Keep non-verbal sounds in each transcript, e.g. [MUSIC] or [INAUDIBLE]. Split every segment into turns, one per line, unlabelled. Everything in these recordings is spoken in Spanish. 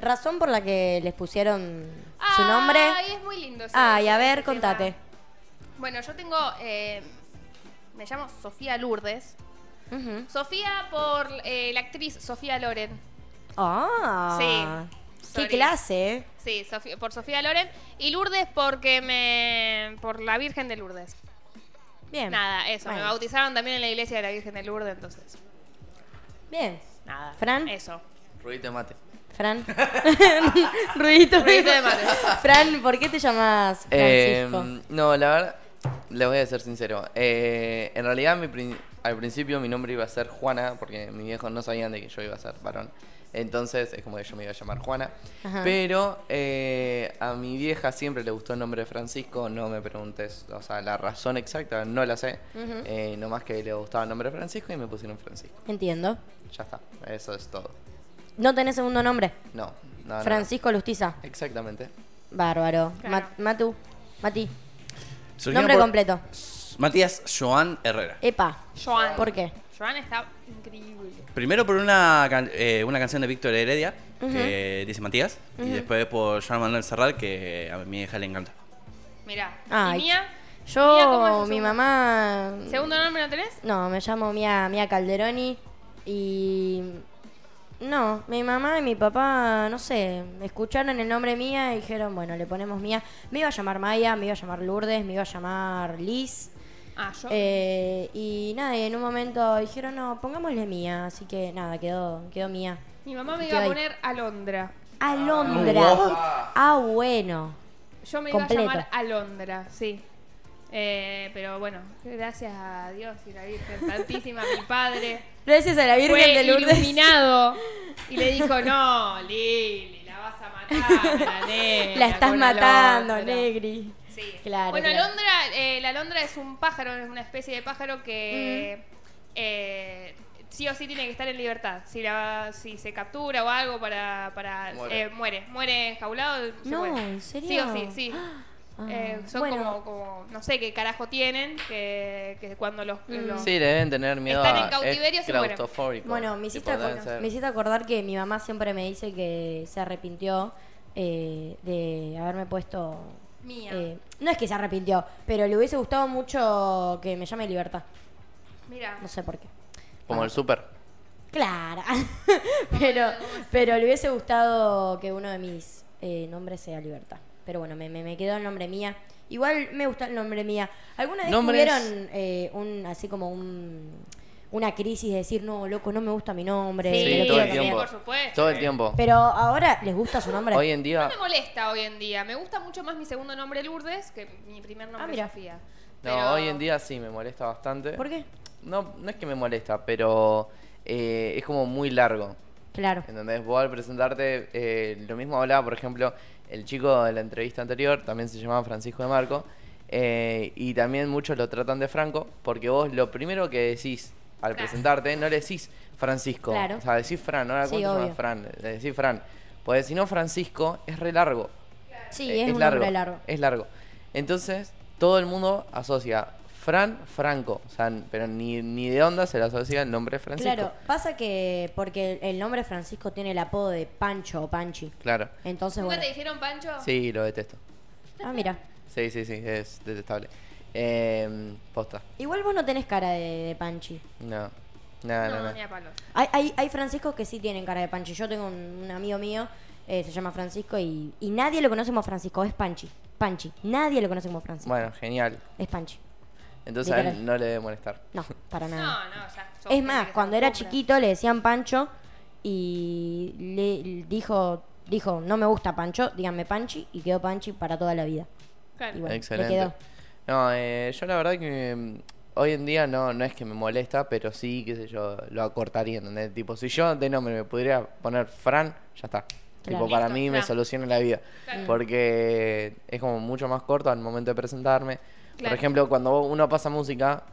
razón por la que les pusieron su nombre.
Ay, es muy lindo. ese-
Ay, a
ese
ver,
tema.
contate.
Bueno, yo tengo. eh, me llamo Sofía Lourdes.
Ujú.
Sofía por eh, la actriz Sofía Loren.
Ah.
Sí.
Qué
Sorry.
clase. eh.
Sí, Sofía- por Sofía Loren. Y Lourdes porque me. por la Virgen de Lourdes.
Bien.
Nada, eso. Me
Bueno,
bautizaron también en la iglesia de la Virgen de Lourdes, entonces.
Bien.
Nada.
Fran.
Eso.
Ruidito de mate.
Fran.
[LAUGHS]
[LAUGHS] Ruidito,
Ruidito de mate.
Fran, ¿por qué te llamas Francisco?
Eh, no, la verdad, les voy a ser sincero. Eh, en realidad, mi prin- al principio mi nombre iba a ser Juana, porque mis viejos no sabían de que yo iba a ser varón. Entonces, es como que yo me iba a llamar Juana.
Ajá.
Pero eh, a mi vieja siempre le gustó el nombre de Francisco. No me preguntes, o sea, la razón exacta, no la sé. Eh, nomás que le gustaba el nombre de Francisco y me pusieron Francisco.
Entiendo.
Ya está, eso es todo.
No tenés segundo nombre.
No, no, no,
Francisco Lustiza.
no. Exactamente.
Bárbaro.
Claro.
Ma- Matu. Mati.
Surgieron
Nombre
por-
completo. Eh.
Matías Joan Herrera.
Epa.
Joan.
¿Por qué?
Joan está increíble.
Primero por una, can- eh, una canción de Víctor Heredia, que dice Matías, y después por Joan Manuel Serrat, que a mi hija le encanta.
Mirá.
Ay.
¿Y Mía? Mía, ¿cómo es
Yo,
tu
mi
segundo?
mamá.
¿Segundo nombre no tenés?
No, me llamo Mía, Mía Calderoni. Y. No, mi mamá y mi papá, no sé, escucharon el nombre Mía y dijeron, bueno, le ponemos Mía. Me iba a llamar Maya, me iba a llamar Lourdes, me iba a llamar Liz.
Ah, yo.
Eh, y nada, y en un momento dijeron, no, pongámosle Mía. Así que nada, quedó, quedó Mía.
Mi mamá me
¿qué
iba a
hay?
poner Alondra.
Alondra. Ah, bueno.
Yo me
Completo.
iba a llamar Alondra, sí. Eh, pero bueno, gracias a Dios y la Virgen Santísima, mi padre,
Gracias a la [LAUGHS] Virgen
fue
de Lourdes.
iluminado y le dijo, no, Lili, la vas a matar, la negra.
La estás
con
matando,
Alondra".
Negri.
Sí.
Claro,
bueno,
claro.
Alondra, eh, la Alondra es un pájaro, es una especie de pájaro que
Mm.
eh, sí o sí tiene que estar en libertad. Si, la, si se captura o algo para... para
Muere.
eh, muere, muere enjaulado. se
No,
muere.
¿en serio?
Sí o sí, sí.
Ah,
Eh, son
bueno.
como, como, no sé qué carajo tienen, que, que cuando los... los-
Sí, le deben tener miedo
Están en
a...
cautiverio,
es
se mueren.
claustrofóbico.
Bueno, me hiciste,
Tipo, deben
acordar,
ser-
me hiciste acordar que mi mamá siempre me dice que se arrepintió eh, de haberme puesto...
Mía.
eh, no es que se arrepintió, pero le hubiese gustado mucho que me llame Libertad.
Mira,
No sé por qué.
Como el súper.
Clara. [LAUGHS] pero, pero le hubiese gustado que uno de mis eh, nombres sea Libertad. Pero bueno, me, me, me quedó el nombre mía. Igual me gusta el nombre mía. ¿Alguna vez
Nombres.
tuvieron eh, un, así como un, una crisis de decir, no, loco, no me gusta mi nombre?
Sí,
me lo
todo
quiero
el
cambiar"?
tiempo.
por supuesto.
Todo el tiempo.
Pero ahora les gusta su nombre.
Hoy en día...
no me molesta hoy en día. Me gusta mucho más mi segundo nombre Lourdes que mi primer
Ah,
nombre
mira.
Sofía. Pero-
No, hoy en día sí me molesta bastante.
¿Por qué?
No, no es que me molesta, pero eh, es como muy largo.
Claro.
¿Entendés? Vos al presentarte, eh, lo mismo hablaba, por ejemplo, el chico de la entrevista anterior, también se llamaba Francisco de Marco, eh, y también muchos lo tratan de Franco, porque vos lo primero que decís al
Claro.
presentarte, no le decís Francisco,
Claro.
o sea, decís Fran, ahora
Sí,
cuánto se llama
obvio.
Fran, le decís Fran, porque si no Francisco es re largo,
Sí,
eh,
es, un nombre largo.
es largo. Entonces, todo el mundo asocia Fran Franco, o sea, n- pero ni, ni de onda se le asocia el nombre Francisco.
Claro, pasa que porque el nombre Francisco tiene el apodo de Pancho o Panchi.
Claro.
Entonces,
¿Nunca
bueno.
te dijeron Pancho?
Sí, lo detesto.
Ah, mira.
Sí, sí, sí, es detestable. Eh, posta.
Igual vos no tenés cara de, de Panchi.
No.
No,
No, no, no.
ni a palo.
Hay, hay, hay franciscos que sí tienen cara de Panchi. Yo tengo un, un amigo mío, eh, se llama Francisco, y, y nadie lo conoce como Francisco, es Panchi. Panchi. Nadie lo conoce como Francisco.
Bueno, genial.
Es Panchi.
Entonces a él
Literal.
no le debe molestar.
No, para nada.
No, no, ya. sos
Es
gente que
más,
se
cuando era
acostumbra.
chiquito le decían Pancho y le dijo, dijo, no me gusta Pancho, díganme Panchi y quedó Panchi para toda la vida.
Claro.
Y bueno, le
Excelente.
quedó.
No, eh, yo la verdad que mm, hoy en día no, no es que me molesta, pero sí, qué sé yo, lo acortaría, ¿entendés? Tipo, si yo de nombre me pudiera poner Fran, ya está. Tipo, para
Listo,
mí me
Fran.
soluciona la vida.
Mm.
Claro.
Porque es como mucho más corto al momento de presentarme.
Claro.
Por ejemplo, cuando vos- uno pasa música,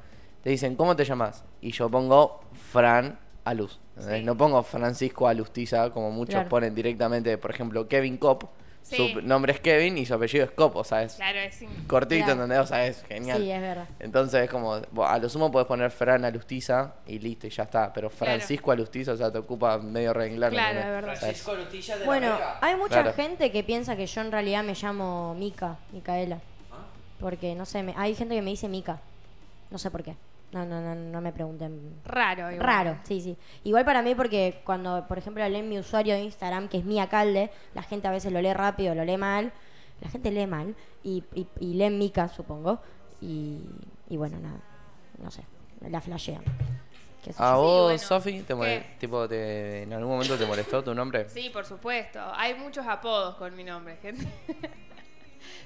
te dicen, ¿cómo te llamas? Y yo pongo Fran a luz.
Sí.
No pongo Francisco Alustiza, como muchos
Claro.
ponen directamente, por ejemplo, Kevin Cop.
Sí.
Su nombre es Kevin y su apellido es Copo, o sea, es
Claro, es in-
cortito,
Claro.
¿entendés? O sea, es genial.
eh.
Sí, es verdad.
Entonces es como, bo- a lo sumo puedes poner Fran Alustiza y listo, y ya está. Pero Francisco Alustiza, o sea, te ocupa medio renglón.
Claro,
¿entendés?
es verdad.
O sea,
Francisco Lutilla de
Bueno,
la Vega.
hay mucha
Claro.
gente que piensa que yo en realidad me llamo Mica, Micaela. Porque, no sé, me- hay gente que me dice Mica. No sé por qué. No, no, no, no me pregunten.
raro. igual.
Raro, sí, sí. Igual para mí porque cuando, por ejemplo, leen mi usuario de Instagram, que es Mia Calde, la gente a veces lo lee rápido, lo lee mal. La gente lee mal y, y, y lee Mica, supongo. Y, y bueno, nada. No sé. La flashean. Qué sé
¿A
yo.
vos,
bueno.
Sofi, te mole-
¿Qué?
tipo, te- en algún momento te molestó tu nombre?
Sí, por supuesto. Hay muchos apodos con mi nombre,
[LAUGHS]
gente.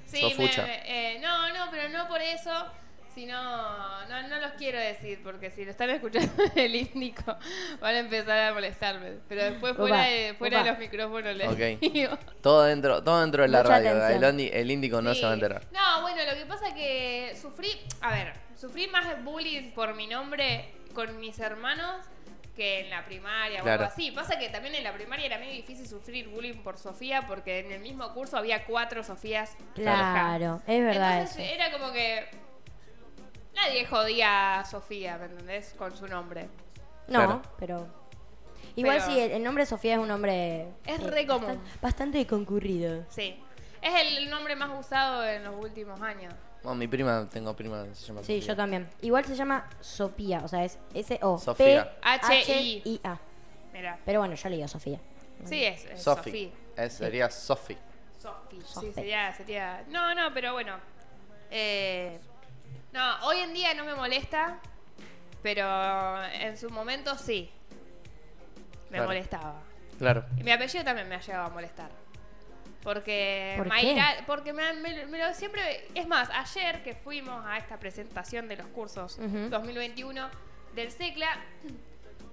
sí,
Sos
me-
fucha.
me- eh, no, no, pero no por eso, sino no, no los quiero decir porque si lo están escuchando [LAUGHS] en el índico van a empezar a molestarme. Pero después fuera
Upa,
de, fuera de
upa.
los micrófonos les
Ok.
digo.
Todo dentro, todo dentro de la
Mucha
radio,
atención.
el, ondi- el índico no
Sí.
se va a enterar.
No, bueno, lo que pasa es que sufrí, a ver, sufrí más bullying por mi nombre con mis hermanos que en la primaria o
Claro.
algo así. Pasa que también en la primaria era muy difícil sufrir bullying por Sofía porque en el mismo curso había cuatro Sofías.
Claro, es verdad
Entonces eh,
eso.
era como que nadie jodía a Sofía, ¿me entendés? Con su nombre.
No,
Claro.
pero. Igual
Pero-
sí, el, el nombre Sofía es un nombre. eh,
Es re común.
bastan- Bastante concurrido.
Sí. Es el nombre más usado en los últimos años.
Bueno, mi prima, tengo prima, que se llama
Sí,
Sofía.
yo también. Igual se llama Sofía, o sea, es
Sofía.
S-O-P-H-I-A.
Mira.
Pero bueno, yo le digo Sofía.
Sí, es, es
Sofi.
Sofía.
Eh, sería Sofi.
Sofi, sí,
Sofi.
sería, sería. No, no, pero bueno. Eh, no, hoy en día no me molesta, pero en su momento sí. Me
Claro.
molestaba.
Claro.
Y mi apellido también me ha llegado a molestar. Porque,
¿Por qué?
Mayra- porque me, me- me lo siempre. Es más, ayer que fuimos a esta presentación de los cursos
Ujú.
2021 del SECLA,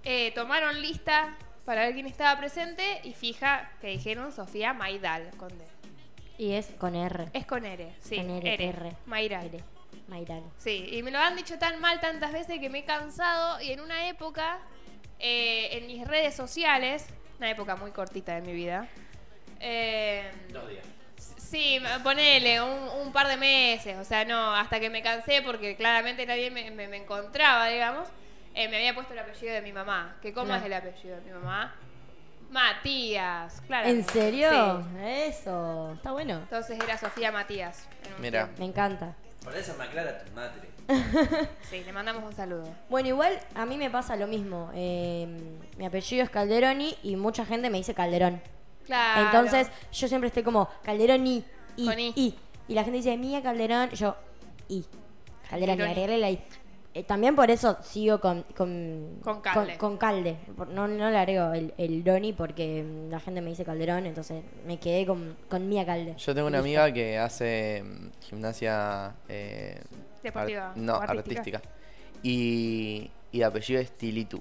eh, tomaron lista para ver quién estaba presente y fija que dijeron Sofía Maidal con D.
Y es con R.
Es con R, sí.
Con R, R.
Mayral.
R. Mayral.
Sí, y me lo han dicho tan mal tantas veces que me he cansado y en una época, eh, en mis redes sociales, una época muy cortita de mi vida, eh,
Dos días.
sí, ponele un, un par de meses, o sea, no, hasta que me cansé porque claramente nadie me, me- me encontraba, digamos, eh, me había puesto el apellido de mi mamá, que cómo
Claro.
es el apellido de mi mamá. Matías, claro.
¿En serio?
Sí.
Eso. Está bueno.
Entonces era Sofía Matías. en un
Mira.
tiempo.
Me encanta.
Por eso me aclara tu madre.
Sí, le mandamos un saludo.
Bueno, igual a mí me pasa lo mismo. Eh, mi apellido es Calderoni y mucha gente me dice Calderón.
Claro.
Entonces yo siempre estoy como Calderoni y,
Con i.
y. Y la gente dice Mía Calderón, y yo y. Calderoni,
Calderoni.
agregarle la i. Eh, también por eso sigo con con,
Con Calde.
con Calde. Por- No, no le agrego el, el Doni porque mm, la gente me dice Calderón, entonces me quedé con, con Mía Calde.
Yo tengo una
Listo.
amiga que hace mm, gimnasia. eh,
Deportiva
ar- no,
o artística.
artística. Y, y de apellido es Tilitu.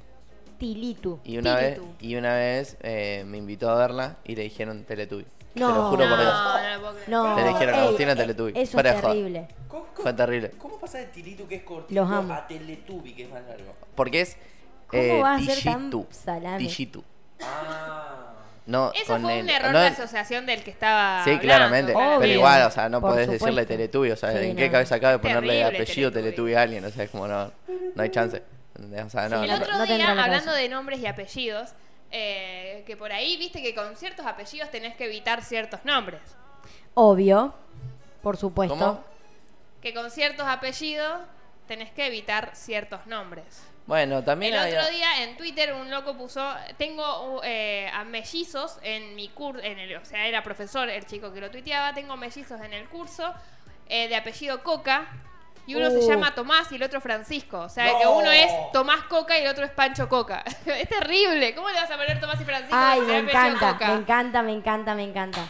Tilitu.
Y una vez,
Tilitu.
y una vez eh, me invitó a verla y le dijeron Teletubi. Te lo
No.
juro por Dios.
No, no lo puedo creer.
No.
Le dijeron,
ey,
Agustina
eh,
Teletubby.
Eso
Fuera
es
de joda.
terrible.
¿Cómo,
Fue terrible.
¿Cómo pasa de Tilitu que es cortito
Los amo.
a Teletubi que es más largo?
Porque es. eh,
¿Cómo va a ser tan
Tijitu.
salame?
Tijitu.
Ah.
No,
Eso
con
fue
el-
un error
no
de
el-
asociación del que estaba.
Sí,
hablando,
claramente.
Obvio.
Pero igual, o sea, no
Por
podés
supuesto.
decirle Teletubi. O sea,
Sí,
¿en
no.
qué cabeza cabe ponerle
Terrible
apellido
Teletubby.
Teletubi a alguien? O sea, es como no, no hay chance. ¿entendés? O sea, no,
el
no-
te-
otro
no te
día,
entra en la
hablando
cabeza.
de nombres y apellidos, eh, que por ahí viste que con ciertos apellidos tenés que evitar ciertos nombres.
Obvio. Por supuesto.
¿Cómo?
Que con ciertos apellidos tenés que evitar ciertos nombres.
Bueno, también
el
hay-
otro día en Twitter un loco puso, tengo uh, eh, a mellizos en mi curso, o sea, era profesor el chico que lo tuiteaba, tengo mellizos en el curso eh, de apellido Coca y uno se
Uh.
llama Tomás y el otro Francisco, o sea,
No.
que uno es Tomás Coca y el otro es Pancho Coca. [LAUGHS] es terrible, ¿cómo le vas a poner Tomás y Francisco?
Ay,
al
me
apellido
encanta,
Coca?
me encanta, me encanta, me encanta.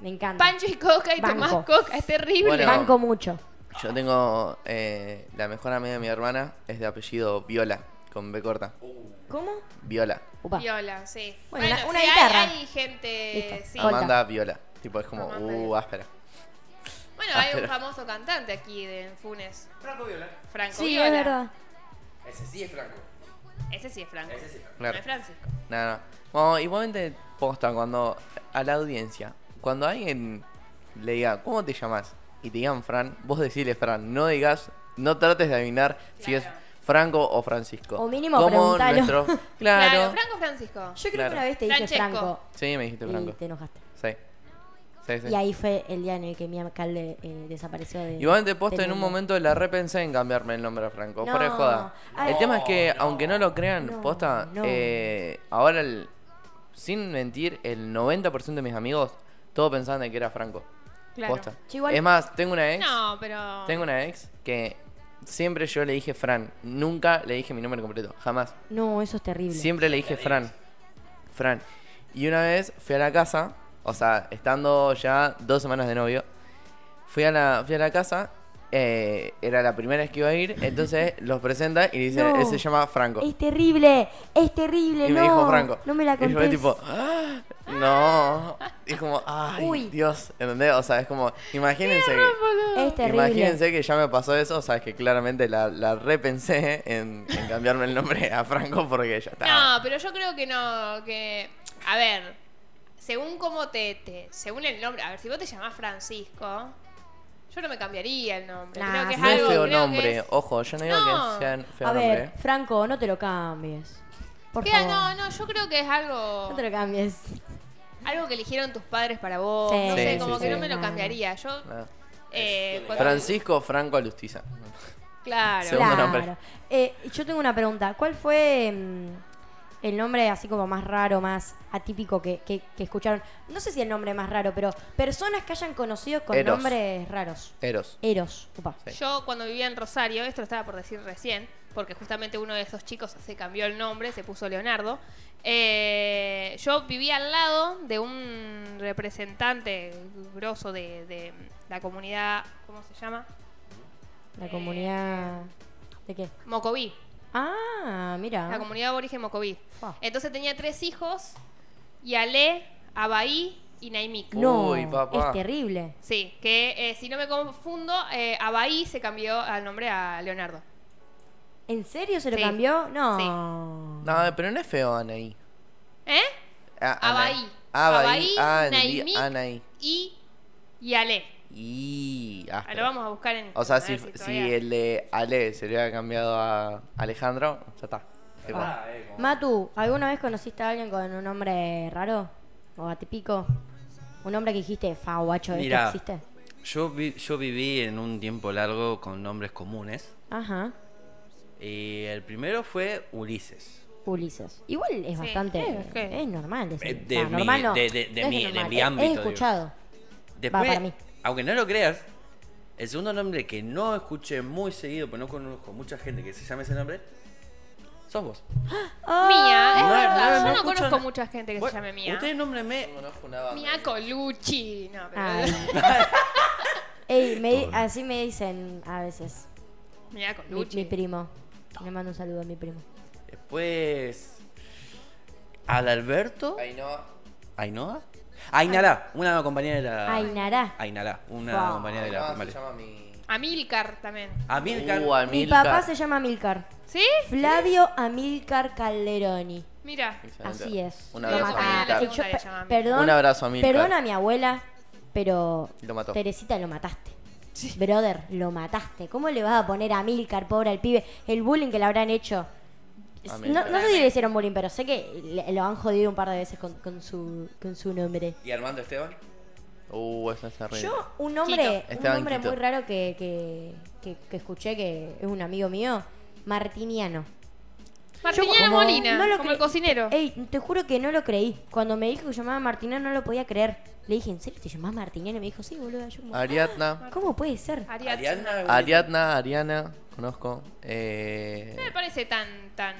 Me encanta.
Pancho y Coca y
Banco.
Tomás Coca, es terrible.
Bueno,
Banco mucho.
Yo tengo eh, la mejor amiga de mi hermana, es de apellido Viola, con B corta.
¿Cómo?
Viola.
Upa.
Viola, sí.
Bueno, una- una
sí, hay-
guitarra.
Hay, gente,
Listo.
sí.
Corta.
Amanda Viola. Tipo, es como,
Amanda
uh,
Viola.
áspera.
Bueno,
Ah,
hay un
pero-
famoso cantante aquí de en Funes,
Franco Viola.
Franco
Sí,
Viola.
es verdad.
Ese sí es Franco.
Ese sí es Franco.
Ese sí es Franco.
No
Claro.
es Francisco.
Nada, no. Bueno, igualmente, posta, cuando a la audiencia, cuando alguien le diga, ¿cómo te llamas? Y te digan Fran, vos decirle Fran, no digas, no trates de adivinar si es Franco o Francisco.
O mínimo
Como
preguntalo. [LAUGHS]
Claro.
Claro, Franco Francisco.
Yo creo
Claro.
que una vez te dije
Francesco.
Franco
Sí, me dijiste
y
Franco.
te enojaste.
Sí. Sí, sí.
Y ahí fue el día en el que mi alcalde eh, desapareció de.
Igual te posto
del
en un
mundo.
momento la repensé en cambiarme el nombre a Franco,
No.
fuera de joda.
Ay.
el tema es que,
No, no.
aunque no lo crean,
No,
posta,
no.
eh, ahora, el- sin mentir, el 90% de mis amigos todos pensaban de que era Franco.
Claro.
Posta.
Yo igual-
Es más, tengo una ex,
No, pero.
tengo una ex que siempre yo le dije Fran, nunca le dije mi nombre completo, jamás.
No, eso es terrible.
Siempre le dije Fran. Fran. Y una vez fui a la casa, o sea, estando ya dos semanas de novio, fui a la, fui a la casa, eh, era la primera vez que iba a ir,
[LAUGHS]
entonces los presenta y dice,
No.
él se llama Franco.
Es terrible, es terrible,
Y
no.
me dijo Franco.
No me la
Y
contés.
yo fue tipo, "Ah, no. Y es como, ay,
Uy.
Dios, ¿entendés? O sea, es como, imagínense que,
es terrible.
imagínense que ya me pasó eso, o sea, es que claramente la, la repensé en, en cambiarme el nombre a Franco porque ya está.
No, pero yo creo que no, que... A ver, según cómo te, te- Según el nombre... A ver, si vos te llamás Francisco, yo no me cambiaría el nombre.
Nah,
creo que es
No es
algo...
feo
creo que
nombre,
es-
ojo, yo no digo
No.
que sean feo
A
nombre. eh.
ver, Franco, no te lo cambies. Por
Queda-
favor.
no, no, yo creo que es algo...
No te lo cambies.
Algo que eligieron tus padres para vos.
Sí.
no sé,
Sí,
como
sí,
que
sí.
no me lo cambiaría. Yo...
Nada.
eh, cuando-
Francisco Franco Alustiza.
Claro.
Segundo
claro.
nombre.
Eh, yo tengo una pregunta. ¿Cuál fue mm, el nombre así como más raro, más atípico que, que- que escucharon? No sé si el nombre más raro, pero personas que hayan conocido con
Eros.
nombres raros.
Eros.
Eros. Upa.
Sí.
Yo cuando vivía en Rosario, esto lo estaba por decir recién, porque justamente uno de esos chicos se cambió el nombre, se puso Leonardo. eh, yo vivía al lado de un representante grosso de, de la comunidad, ¿cómo se llama?
La comunidad... ¿De qué?
Mocoví,
Ah, mira.
la comunidad aborigen Mocoví.
Fa.
Entonces tenía tres hijos, Yale, Abaí y Naimik.
No,
Uy, papá.
es terrible.
Sí, que eh, si no me confundo, eh, Abaí se cambió al nombre a Leonardo.
¿En serio se lo
Sí.
cambió? No. Ah,
No, pero no es feo Anaí.
¿Eh?
Ah,
Abaí.
Anaí.
Abaí,
Abaí. Ah, entendí,
Naimí.
Anaí.
Y Yale.
Y.
Ah,
áspero.
Lo vamos a buscar en
O sea,
Instagram, a
si,
ver
si
todavía-
el de Ale se le hubiera cambiado a Alejandro, ya está. Se fue.
Ah, eh, como-
Matu, ¿alguna vez conociste a alguien con un nombre raro? ¿O atípico? ¿Un nombre que dijiste, fa, guacho, esto
Mira.
existe?
Yo, vi- yo viví en un tiempo largo con nombres comunes.
Ajá.
Y el primero fue Ulises.
Ulises. Igual es bastante.
es que-
Es normal. Es,
Eh, de mi-
normal no,
de- de- de
no es
mi-
normal,
de mi
es-
ámbito,
Es
digo.
escuchado.
Después,
para mí.
aunque no lo creas, el segundo nombre que no escuché muy seguido, pero no conozco mucha gente que se llame ese nombre, sos vos.
Mía, es
No,
verdad.
no, no
Yo no
escucho
conozco
na-
mucha gente que
Bueno,
se llame Mía.
Ustedes nómbrenme.
No conozco una banda.
Mía Colucci. No, pero.
[LAUGHS]
Ay. Ey, me di- así me dicen a veces.
[LAUGHS] Mía
Mi,
Colucci.
mi primo. Le mando un saludo a mi primo.
Después. Adalberto.
Ainhoa.
Ainhoa. Ainara, una compañera de la.
Ainara.
Ainara, una
Wow.
compañera de la.
Ainhoa
Vale.
Ah, se llama mi.
Amilcar también.
Amilcar.
Uh,
Mi
Amilcar.
papá se llama Amilcar.
¿Sí?
Flavio Amilcar Calderoni.
Mira.
Excelente.
Así es.
Un
Lo
abrazo,
mató.
Amilcar. Ah, la
Yo-
segunda le
pe-
llama Amilcar.
perdón,
Un abrazo, Amilcar.
Perdón a mi abuela, pero
Lo mató.
Teresita lo mataste. Brother, lo mataste. ¿Cómo le vas a poner a Milcar, pobre al pibe, el bullying que le habrán hecho?
A
No,
Milcar.
no sé si le hicieron bullying, pero sé que le- lo han jodido un par de veces con, con su, con su nombre.
¿Y Armando Esteban?
Uh, eso es terrible.
Yo, un nombre,
Quito.
un
Esteban
nombre
Quito.
muy raro que, que, que- que escuché, que es un amigo mío, Martiniano.
Martina
Yo como-
Molina.
no lo
como
cre- eh,
el cocinero.
Ey, te juro que no lo creí. Cuando me dijo que llamaba Martiniano no lo podía creer. Le dije, ¿en serio te llamás Martiniano? Y me dijo, sí, boludo. Yo como,
Ariadna.
¿Cómo puede ser?
Ariadna.
Ariadna.
Ariadna, Ariana, conozco. Eh,
No me parece tan. tan...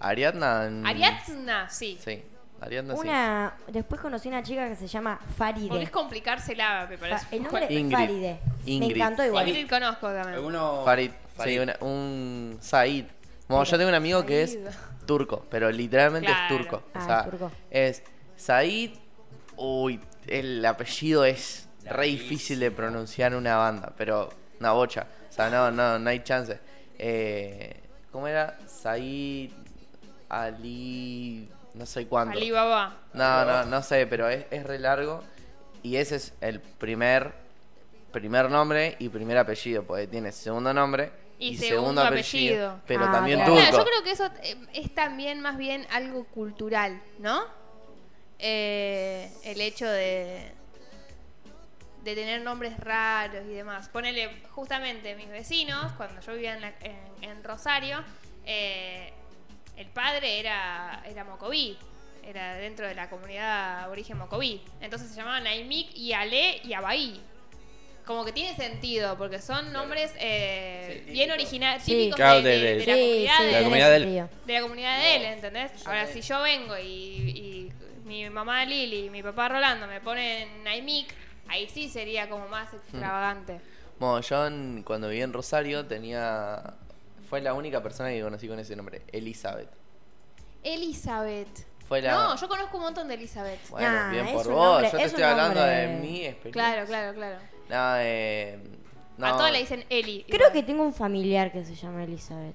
Ariadna. mm,
Ariadna, sí.
Sí, Ariadna
Una, después conocí una chica que se llama Faride.
Podés complicársela, me
Fa-
parece.
el nombre es
Ingrid.
Faride.
Ingrid.
Me encantó igual.
Ingrid conozco también.
¿Alguno?
sí. Farid.
Farid.
Sí, una- un Said. Bueno, yo tengo un amigo que es
Said.
turco, pero literalmente
Claro.
es turco.
Ah,
o sea,
es turco.
es Said. Uy, el apellido es re difícil de pronunciar en una banda, pero una bocha. O sea, no, no, no hay chance. Eh, ¿Cómo era? Said Ali. No sé cuánto.
Alibaba.
No, no, no sé, pero es, es re largo. Y ese es el primer, primer nombre y primer apellido, porque tiene segundo nombre
Y segundo apellido.
Pero
Ah,
también
claro.
turco.
Claro, yo creo que eso eh, es también más bien algo cultural, ¿no? Eh, el hecho de de tener nombres raros y demás. Ponele, justamente mis vecinos, cuando yo vivía en, la- en- en Rosario, eh, el padre era, era Mocoví, era dentro de la comunidad origen Mocoví. Entonces se llamaban Aimic y Ale y Abaí. Como que tiene sentido, porque son nombres eh,
Sí,
bien
típico.
originales,
Sí.
típicos
Claro,
de,
de-
de-
de-
de la
Sí,
comunidad
sí,
de-
La
tiene
comunidad del-
sentido.
de la comunidad de él, ¿entendés?
yo
Ahora,
no.
si yo vengo y, y mi mamá Lili y mi papá Rolando me ponen Naimic, ahí sí sería como más extravagante.
Mm.
Bueno, yo en- cuando viví en Rosario tenía. Fue la única persona que conocí con ese nombre, Elizabeth.
Elizabeth.
Fue la.
No, yo conozco un montón de Elizabeth.
Bueno,
Nah,
bien
Ah, es
por
un
vos,
nombre-
yo te
es un
estoy hablando
nombre-
de mi experiencia.
Claro, claro, claro.
No, eh, no.
A todos le dicen Eli.
Creo que tengo un familiar que se llama Elizabeth.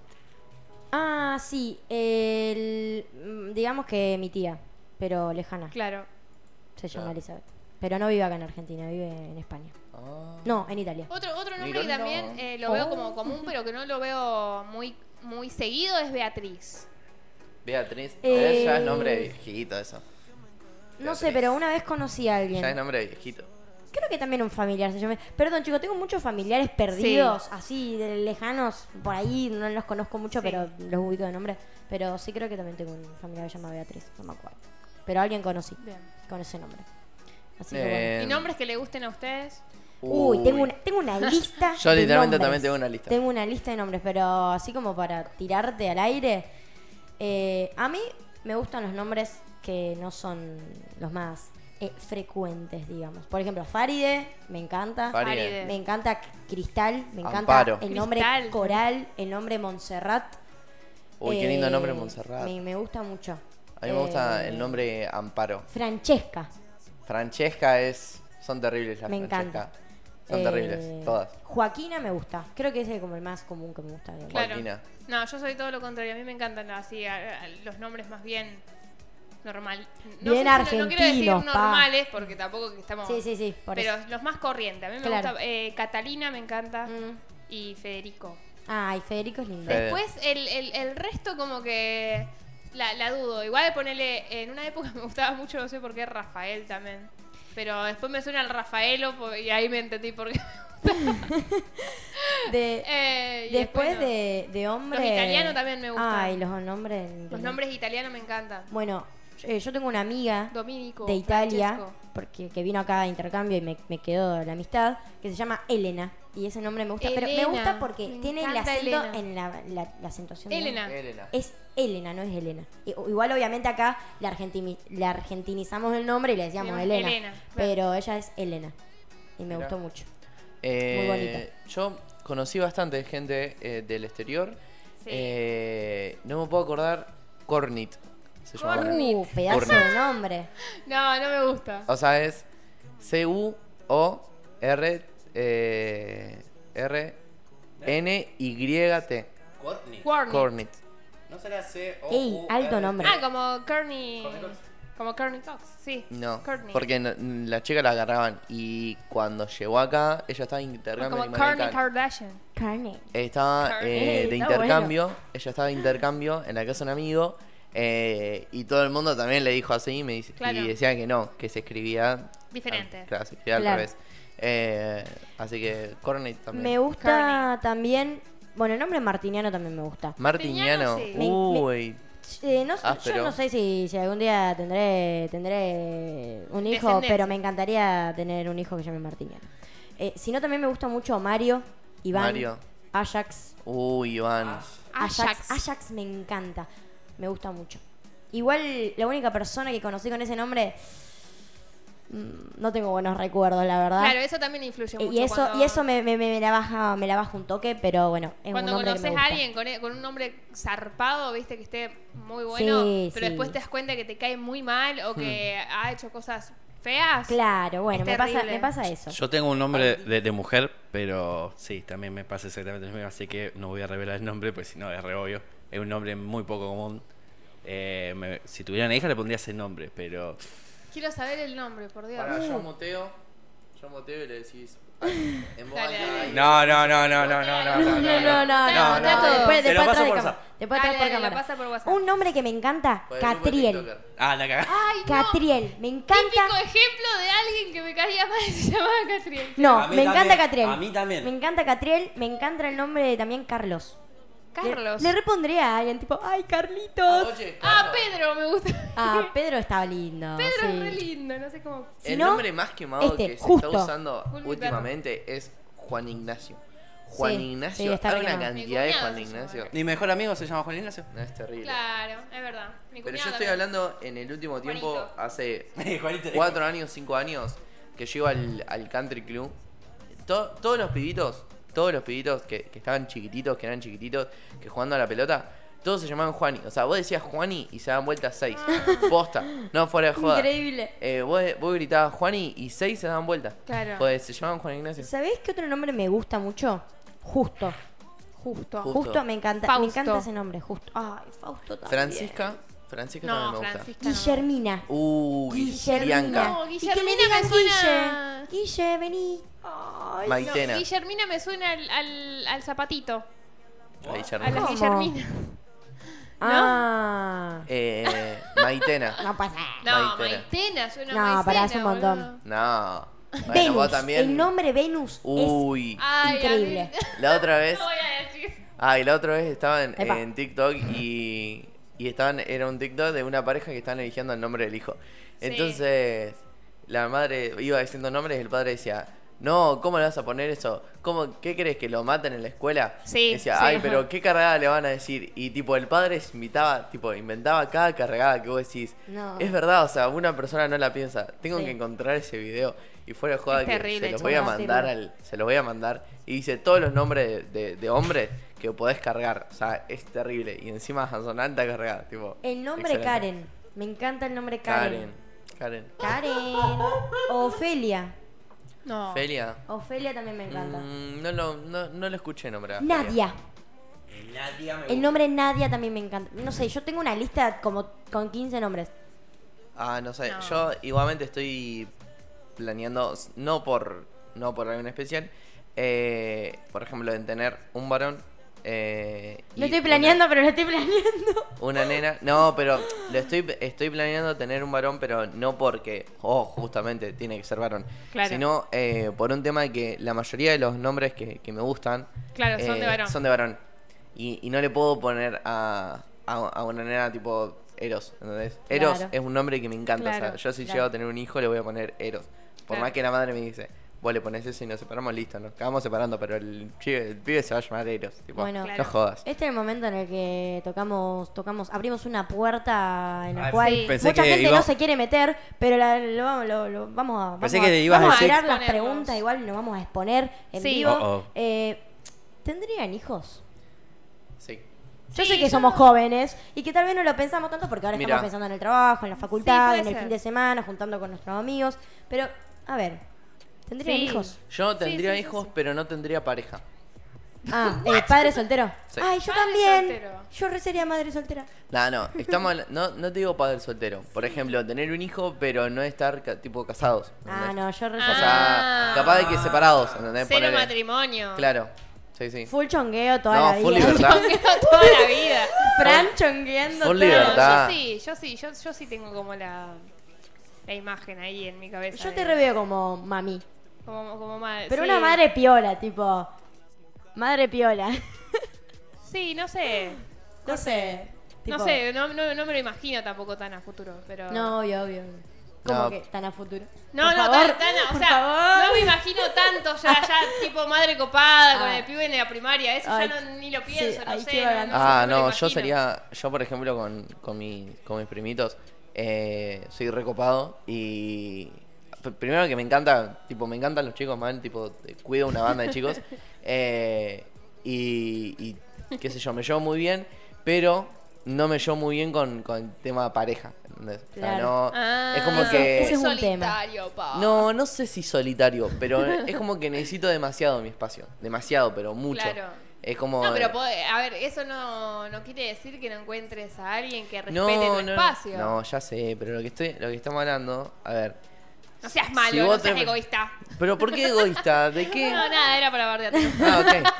Ah, sí, el, mm, digamos que mi tía, pero lejana,
Claro.
se llama
Claro.
Elizabeth. Pero no vive acá en Argentina, vive en España.
Ah.
No, en Italia.
Otro, otro nombre que
Miranda.
también eh, lo veo
Oh.
como común, pero que no lo veo muy, muy seguido es Beatriz.
Beatriz,
Eh.
ya es nombre de viejito eso.
No sé, pero una vez conocí a alguien.
Ya es nombre de viejito.
Creo que también un familiar se llama. Perdón, chicos, tengo muchos familiares perdidos, así, de lejanos, por ahí, no los conozco mucho,
Sí.
pero los ubico de nombre. Pero sí creo que también tengo un familiar que se llama Beatriz, no me acuerdo. Pero alguien conocí
Bien.
con ese nombre. Así que
Eh,
¿Y nombres que le gusten a ustedes?
bueno. Uy, tengo una, tengo
[LAUGHS]
una lista.
Yo
de
literalmente
nombres.
también tengo una lista.
Tengo una lista de nombres, pero así como para tirarte al aire. eh, a mí me gustan los nombres que no son los más eh, frecuentes, digamos. Por ejemplo, Faride, me encanta.
Faride.
Me encanta Cristal, me encanta
Amparo.
el nombre
Cristal.
Coral, el nombre Montserrat.
Uy, qué lindo
Eh,
nombre Montserrat.
Me, me gusta mucho.
A mí me gusta
Eh,
el nombre Amparo.
Francesca.
Francesca es. Son terribles las
Me
Francesca.
encanta.
Son
Eh,
terribles, todas.
Joaquina me gusta. Creo que ese es como el más común que me gusta. digamos.
Claro.
Joaquina.
No, yo soy todo lo contrario. A mí me encantan así a- a- los nombres más bien normal.
Bien
sé si No, no quiero decir
argentinos, pa.
normales porque tampoco que estamos.
Sí, sí, sí. Por
pero Ah.
eso.
los más corrientes. A mí me
Claro.
gusta eh, Catalina, me encanta
Mm.
y Federico.
Ay, Federico es lindo.
Fede.
Después el, el- el resto como que la, la dudo. Igual de ponerle en una época [LAUGHS] me gustaba mucho, no sé por qué Rafael también. Pero después me suena el Rafaelo po- y ahí me entendí por qué. [LAUGHS]
De-
Eh, y
después
no.
de, de hombre.
Los italianos también me gustan.
Ay, los nombres.
Los nombres italianos me encantan.
Bueno, eh, yo tengo una amiga
Dominico.
de Italia
Francesco.
porque que vino acá a intercambio y me, me quedó la amistad que se llama Elena y ese nombre me gusta pero
Elena.
me gusta porque
Me
tiene el
encanta
acento
Elena.
en la, la- la acentuación de
Elena.
Elena.
es Elena no es Elena I- igual obviamente acá le, argentini- le argentinizamos el nombre y le decíamos
Digamos,
Elena,
Elena, claro.
pero ella es Elena y me
Mirá.
gustó mucho
Eh,
Muy bonita.
Yo conocí bastante gente eh, del exterior.
Sí.
Eh, no me puedo acordar. Cornit se llama.
Cornit.
Uh, pedazo
Corneta.
de nombre.
No, no me gusta.
O sea, es C-U-O-R eh, R N Y T.
Courtney.
Warnit.
Cornit.
No será C o
Ey, alto nombre.
Ah, como Kearney.
Courtney Cox.
Como Kearney Cox, sí.
No,
Courtney.
porque no- la chica la agarraban y cuando llegó acá, ella estaba en
O
intercambio.
Ah, como
marical.
Kearney Kardashian.
Carne.
Estaba
Carne.
eh, de
Está bueno.
intercambio, ella estaba de intercambio en la casa de un amigo eh, y todo el mundo también le dijo así y, me, dice-
Claro.
y decía que no, que se escribía...
Diferente.
Ah, claro, se escribía
Claro.
al revés. Eh, así que Corny también.
Me gusta también. Bueno, el nombre martiniano también me gusta.
Martiniano.
Martiniano, sí.
Me-
Uy.
Eh, no, sé-
Áspero.
yo no sé si, si algún día tendré tendré un hijo,
Descendencia.
pero me encantaría tener un hijo que se llame Martiniano. Eh, si no, también me gusta mucho Mario, Iván,
Mario.
Ajax.
Uy, Iván.
Ajax. Ajax me encanta. Me gusta mucho. Igual la única persona que conocí con ese nombre. mm, No tengo buenos recuerdos, la verdad.
Claro, eso también influye mucho.
Eh, Y eso,
cuando,
y eso me, me- me- me la baja, me la baja un toque, pero bueno, es
Cuando
un nombre que me
conoces a
gusta.
alguien con, con un nombre zarpado, viste que esté muy bueno,
Sí,
pero
sí.
después te das cuenta que te cae muy mal o que
Hmm.
ha hecho cosas feas.
Claro, bueno,
Es
me pasa,
terrible.
me pasa eso.
Yo tengo un nombre de, de mujer, pero sí, también me pasa exactamente lo mismo, así que no voy a revelar el nombre, pues si no es re obvio. Es un nombre muy poco común. Eh, me- si tuviera una hija le pondría ese nombre, pero
Quiero saber el nombre, por Dios.
Uh.
Para, yo muteo. yo moteo y le decís ay, en voz
Dale,
alta,
dale.
ay,
No, no, no, no, no, no, no, no,
[LAUGHS] No, no, no, no,
no, no,
no, después,
Te lo
después
paso
atrás de
por
cámara.
WhatsApp.
Después atrás
Dale,
por
dale, lo
cámara.
pasa por WhatsApp.
Un nombre que me encanta,
por el mismo
Catriel.
TikToker.
Ah, la cagada.
Ay, no.
Catriel, me
Típico
encanta.
ejemplo de alguien que me caía mal [LAUGHS] y se llamaba Catriel.
A
No,
mí
me encanta
también,
Catriel.
a mí también.
Me encanta Catriel, me encanta el nombre de también Carlos. Le-
Carlos.
Le, repondría a alguien tipo, ay, Carlitos.
Oye,
Ah,
Carlos,
Pedro, me gusta.
Ah, Pedro estaba
Ah,
lindo.
Pedro
sí.
es re lindo, no sé cómo.
si
El
no,
nombre más quemado
este,
que se
justo.
está usando
Julio
últimamente es Juan Ignacio. Juan
Sí,
Ignacio,
sí, está
hay
re
una
quemado.
cantidad
Mi
de
cuñado
Juan
se llama
Ignacio.
Mi mejor amigo se llama Juan Ignacio.
No, es terrible.
Claro, es verdad. Mi
Pero yo
cuñado
estoy
también.
hablando en el último tiempo,
Juanito. [LAUGHS]
hace
[LAUGHS] Juanito.
cuatro años, cinco años, que yo iba al, al country club. To- todos los pibitos, todos los pibitos que, que estaban chiquititos, que eran chiquititos, que jugando a la pelota, todos se llamaban Juani. O sea, vos decías Juani y se daban vueltas seis.
Ah.
Posta, no fuera de joda.
Increíble.
Eh, vos, vos gritabas Juani y seis se daban vueltas.
Claro.
Pues se llamaban Juan Ignacio.
¿Sabés qué otro nombre me gusta mucho? Justo.
Justo.
Justo, me encanta. Me
Fausto.
encanta ese nombre, justo. Ay, Fausto también.
Francisca, Francisca
No,
también me gusta.
Francisca.
Guillermina.
Uh,
Guillermina.
Bianca,
No,
Y que le
Guillermina me
digan
suena-
Guille. Guille, vení. Ay,
Maitena.
No, Guillermina me suena al, al, al zapatito.
Ahí ya
A la
¿Cómo?
Guillermina.
[LAUGHS]
Ah.
Eh,
[LAUGHS]
Maitena.
No pasa.
No,
Maitena.
Maitena suena
No,
a Maicena,
pará, es un montón.
boludo.
No. Bueno,
Venus.
vos también.
El Ah. nombre Venus
Uy.
Ay,
Increíble.
a mí-
La otra
[LAUGHS]
vez.
No voy a decir.
Ay, Ah, la otra vez estaba en,
Epa.
en TikTok y. Y estaban, era un TikTok de una pareja que estaban eligiendo el nombre del hijo.
Sí.
Entonces, la madre iba diciendo nombres y el padre decía, no, ¿cómo le vas a poner eso? ¿Cómo, ¿Qué crees que lo maten en la escuela?
Sí,
decía,
sí.
ay,
[LAUGHS]
pero ¿qué cargada le van a decir? Y tipo, el padre invitaba, tipo, inventaba cada cargada que vos decís.
No.
Es verdad, o sea, una persona no la piensa. Tengo
Sí.
que encontrar ese video. Y fuera de joda
Es
que
terrible,
se los voy a
chabón.
mandar al, se los voy a mandar. Y dice todos los nombres de, de- de hombres que podés cargar. O sea, es terrible. Y encima Hansonante a cargar. Tipo,
El nombre
excelente.
Karen. Me encanta el nombre
Karen.
Karen.
Karen.
Karen. Ofelia.
No.
Felia.
Ofelia también me encanta.
mm, no, lo, no, no lo escuché nombrar. a Felia.
Nadia.
Nadia me
El
gusta.
nombre Nadia también me encanta. No sé, yo tengo una lista como con 15 nombres.
Ah, no sé.
No.
Yo igualmente estoy planeando, no por no por algo en especial, eh, por ejemplo, en tener un varón. eh, y
Lo estoy
una-
planeando, pero lo estoy planeando.
Una nena. No, pero lo estoy, estoy planeando tener un varón, pero no porque, oh, justamente tiene que ser varón.
Claro.
Sino eh, por un tema de que la mayoría de los nombres que, que me gustan. eh,
Claro, son de varón.
Son de varón. Y, y no le puedo poner a, a, a una nena tipo Eros. ¿entendés? Eros
Claro.
es un nombre que me encanta. o sea,
Claro,
yo si
claro.
llego a tener un hijo le voy a poner Eros. Por
Claro.
más que la madre me dice. Vos le pones eso y nos separamos, listo, nos acabamos separando, pero el, pibe- el pibe se va a llamar Eros. Tipo,
Bueno.
no
Claro.
jodas.
Este es el momento en el que tocamos, tocamos, abrimos una puerta en la
Ah,
cual
sí.
Pensé
mucha
que
gente
iba-
no se quiere meter, pero la- lo, vamos- lo- lo- vamos a, vamos
Pensé
a,
que ibas
vamos
a decir-
tirar las
Exponernos.
preguntas, igual nos vamos a exponer en
Sí.
vivo.
Oh, oh.
Eh, ¿Tendrían hijos?
Sí.
Yo
Sí,
sé que
yo
somos
no-
jóvenes y que tal vez no lo pensamos tanto porque ahora
Mirá.
estamos pensando en el trabajo, en la facultad,
puede
en el
ser.
fin de semana, juntando con nuestros amigos. Pero, a ver, ¿tendrían
Sí.
hijos?
Yo tendría
sí, sí,
hijos, pero no tendría pareja.
Ah, eh, padre soltero.
Sí.
Ay, yo
Padre
también.
soltero.
Yo re sería madre soltera.
No, no, estamos habla- no, no te digo padre soltero. Por ejemplo, tener un hijo, pero no estar ca- tipo casados.
Ah,
¿entendés?
no, yo re
Ah.
O
soltera.
sea, capaz de que separados, ¿entendés?
Cero
Ponele.
matrimonio.
Claro, sí, sí.
Full chongueo toda
No,
la
full
vida.
libertad.
[LAUGHS] Toda la
[LAUGHS]
vida.
[LAUGHS] Fran chongueando
Full
toda la-
libertad.
Yo sí, yo sí, yo, yo sí tengo como la, la imagen ahí en mi cabeza.
Yo
de-
te reveo como mami.
Como, como madre.
Pero
sí.
una madre piola, tipo. Madre piola.
Sí, [LAUGHS] no sé.
No sé. tipo-
No sé, no, no, no me lo imagino tampoco tan a futuro. Pero...
No, obvio, obvio. obvio. Como
No.
que tan a futuro.
No,
Por
no,
favor,
tan, tan- o
por
sea,
favor.
no me imagino tanto ya, ya tipo madre copada con
Ah.
el pibe en la primaria, eso
Ay,
ya no, ni lo pienso,
sí,
no
ay,
sé.
qué
no-
bacán.
no sé, me
Ah,
lo
no, yo
imagino.
sería, yo por ejemplo con, con, mi- con mis primitos, eh, soy recopado y p- primero que me encanta, tipo, me encantan los chicos, man, tipo, eh, cuido una banda
[LAUGHS]
de chicos eh, y, y, qué sé yo, me llevo muy bien, pero no me llevo muy bien con, con el tema pareja, ¿entendés? O sea,
Claro.
no,
Ah,
es como que...
Ese es un tema.
solitario, pa.
No, no sé si solitario, pero es como que necesito demasiado mi espacio. Demasiado, pero mucho.
Claro.
Es como...
No, pero podés- a ver, eso no, no quiere decir que no encuentres a alguien que respete
no,
tu
no,
espacio.
No, ya sé, pero lo que estoy, lo que estamos hablando, a ver.
No seas
Si
malo,
vos
no seas
te-
egoísta.
¿Pero por qué egoísta? ¿De qué?
No, nada, era
[LAUGHS]
para bardear.
Ah, ok.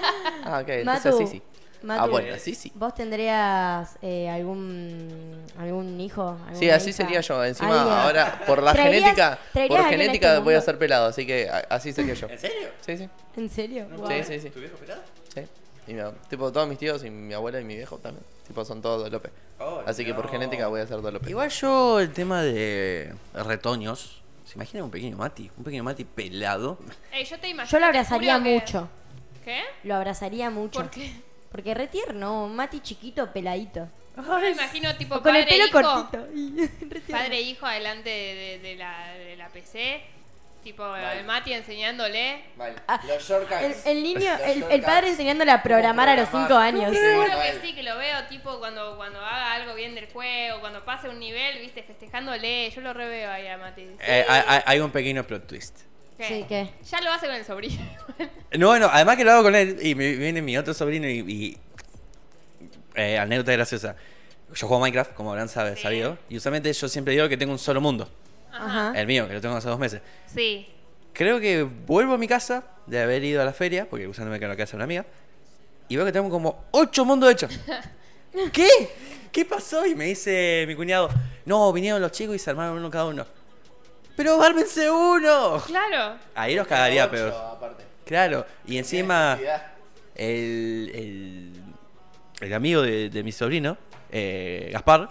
Ah, ok. Entonces
Matu,
sí, sí. Ah,
Matu.
bueno, sí, sí.
¿Vos tendrías eh, algún algún hijo?
Sí,
alguna
así
hija?
sería yo. Encima,
¿Alguien?
ahora, por la
¿Traerías-
genética,
traerías
por
a alguien a
genética
este
voy a
mundo?
ser pelado, así que a- así sería yo.
¿En serio?
Sí, sí.
¿En serio? Wow.
Sí, sí, sí.
¿Tu viejo pelado?
sí. Y mi ab- tipo, todos mis tíos y mi abuela y mi viejo también. Tipo, son todos López.
Oh,
Así que por
no.
genética voy a ser López.
Igual yo el tema de retoños. ¿Se imagina un pequeño Mati? Un pequeño Mati pelado.
Ey, yo te imagino.
Yo lo
te juro
abrazaría
que-
mucho.
¿Qué?
Lo abrazaría mucho.
¿Por qué?
Porque re tierno, un Mati chiquito, peladito.
Yo me [LAUGHS] imagino tipo
O con el
padre,
pelo
hijo,
cortito. Y- [LAUGHS] re tierno.
Padre e hijo adelante de, de- de la, de la PC. Tipo, el Mati enseñándole.
Vale.
Ah,
Los shortcuts.
El, el niño,
Los
el, el
shortcuts.
padre enseñándole a programar a los
programar.
5 años.
Seguro
Mal.
que sí, que lo veo tipo cuando, cuando haga algo bien del juego, cuando pase un nivel, viste, festejándole. Yo lo reveo ahí a Mati.
Eh, hay, hay- hay un pequeño plot twist.
¿Qué?
Sí, ¿qué?
Ya lo hace con el sobrino.
No, bueno, además que lo hago con él y me viene mi otro sobrino y... y eh, anécdota graciosa. Yo juego Minecraft, como habrán sabe-
Sí.
sabido. Y usualmente yo siempre digo que tengo un solo mundo.
Ajá.
El mío, que lo tengo hace dos meses.
Sí.
Creo que vuelvo a mi casa de haber ido a la feria, porque usándome que en la casa de una amiga, y veo que tengo como ocho mundos hechos.
[LAUGHS]
¿Qué? ¿Qué pasó? Y me dice mi cuñado, no, vinieron los chicos y se armaron uno cada uno. ¡Pero ármense uno!
Claro.
Ahí los cagaría,
Ocho,
pero...
aparte.
Claro, y encima
Necesidad.
el, el, el amigo de, de mi sobrino, eh, Gaspar,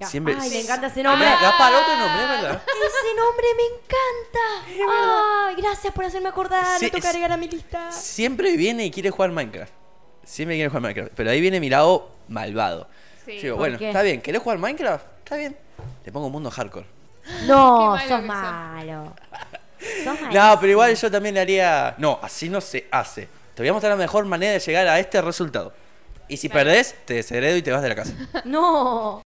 Ga-
siempre...
Ay, me encanta ese nombre.
Ah, Gaspar, otro nombre, es verdad.
Ese nombre me encanta. Ay, gracias por hacerme acordar.
Sí,
lo tengo que
es-
agregar a mi lista.
Siempre viene y quiere jugar Minecraft. Siempre quiere jugar Minecraft. Pero ahí viene mi lado malvado.
Sí.
Yo digo,
¿Por
bueno,
qué?
está bien, ¿querés jugar Minecraft? Está bien. Le pongo un mundo hardcore.
No,
Qué malo
sos
que sos.
malo. Sos malo.
No, pero igual yo también le haría. No, así no se hace. Te voy a mostrar la mejor manera de llegar a este resultado. Y si
Claro.
perdés, te desheredo y te vas de la casa.
No.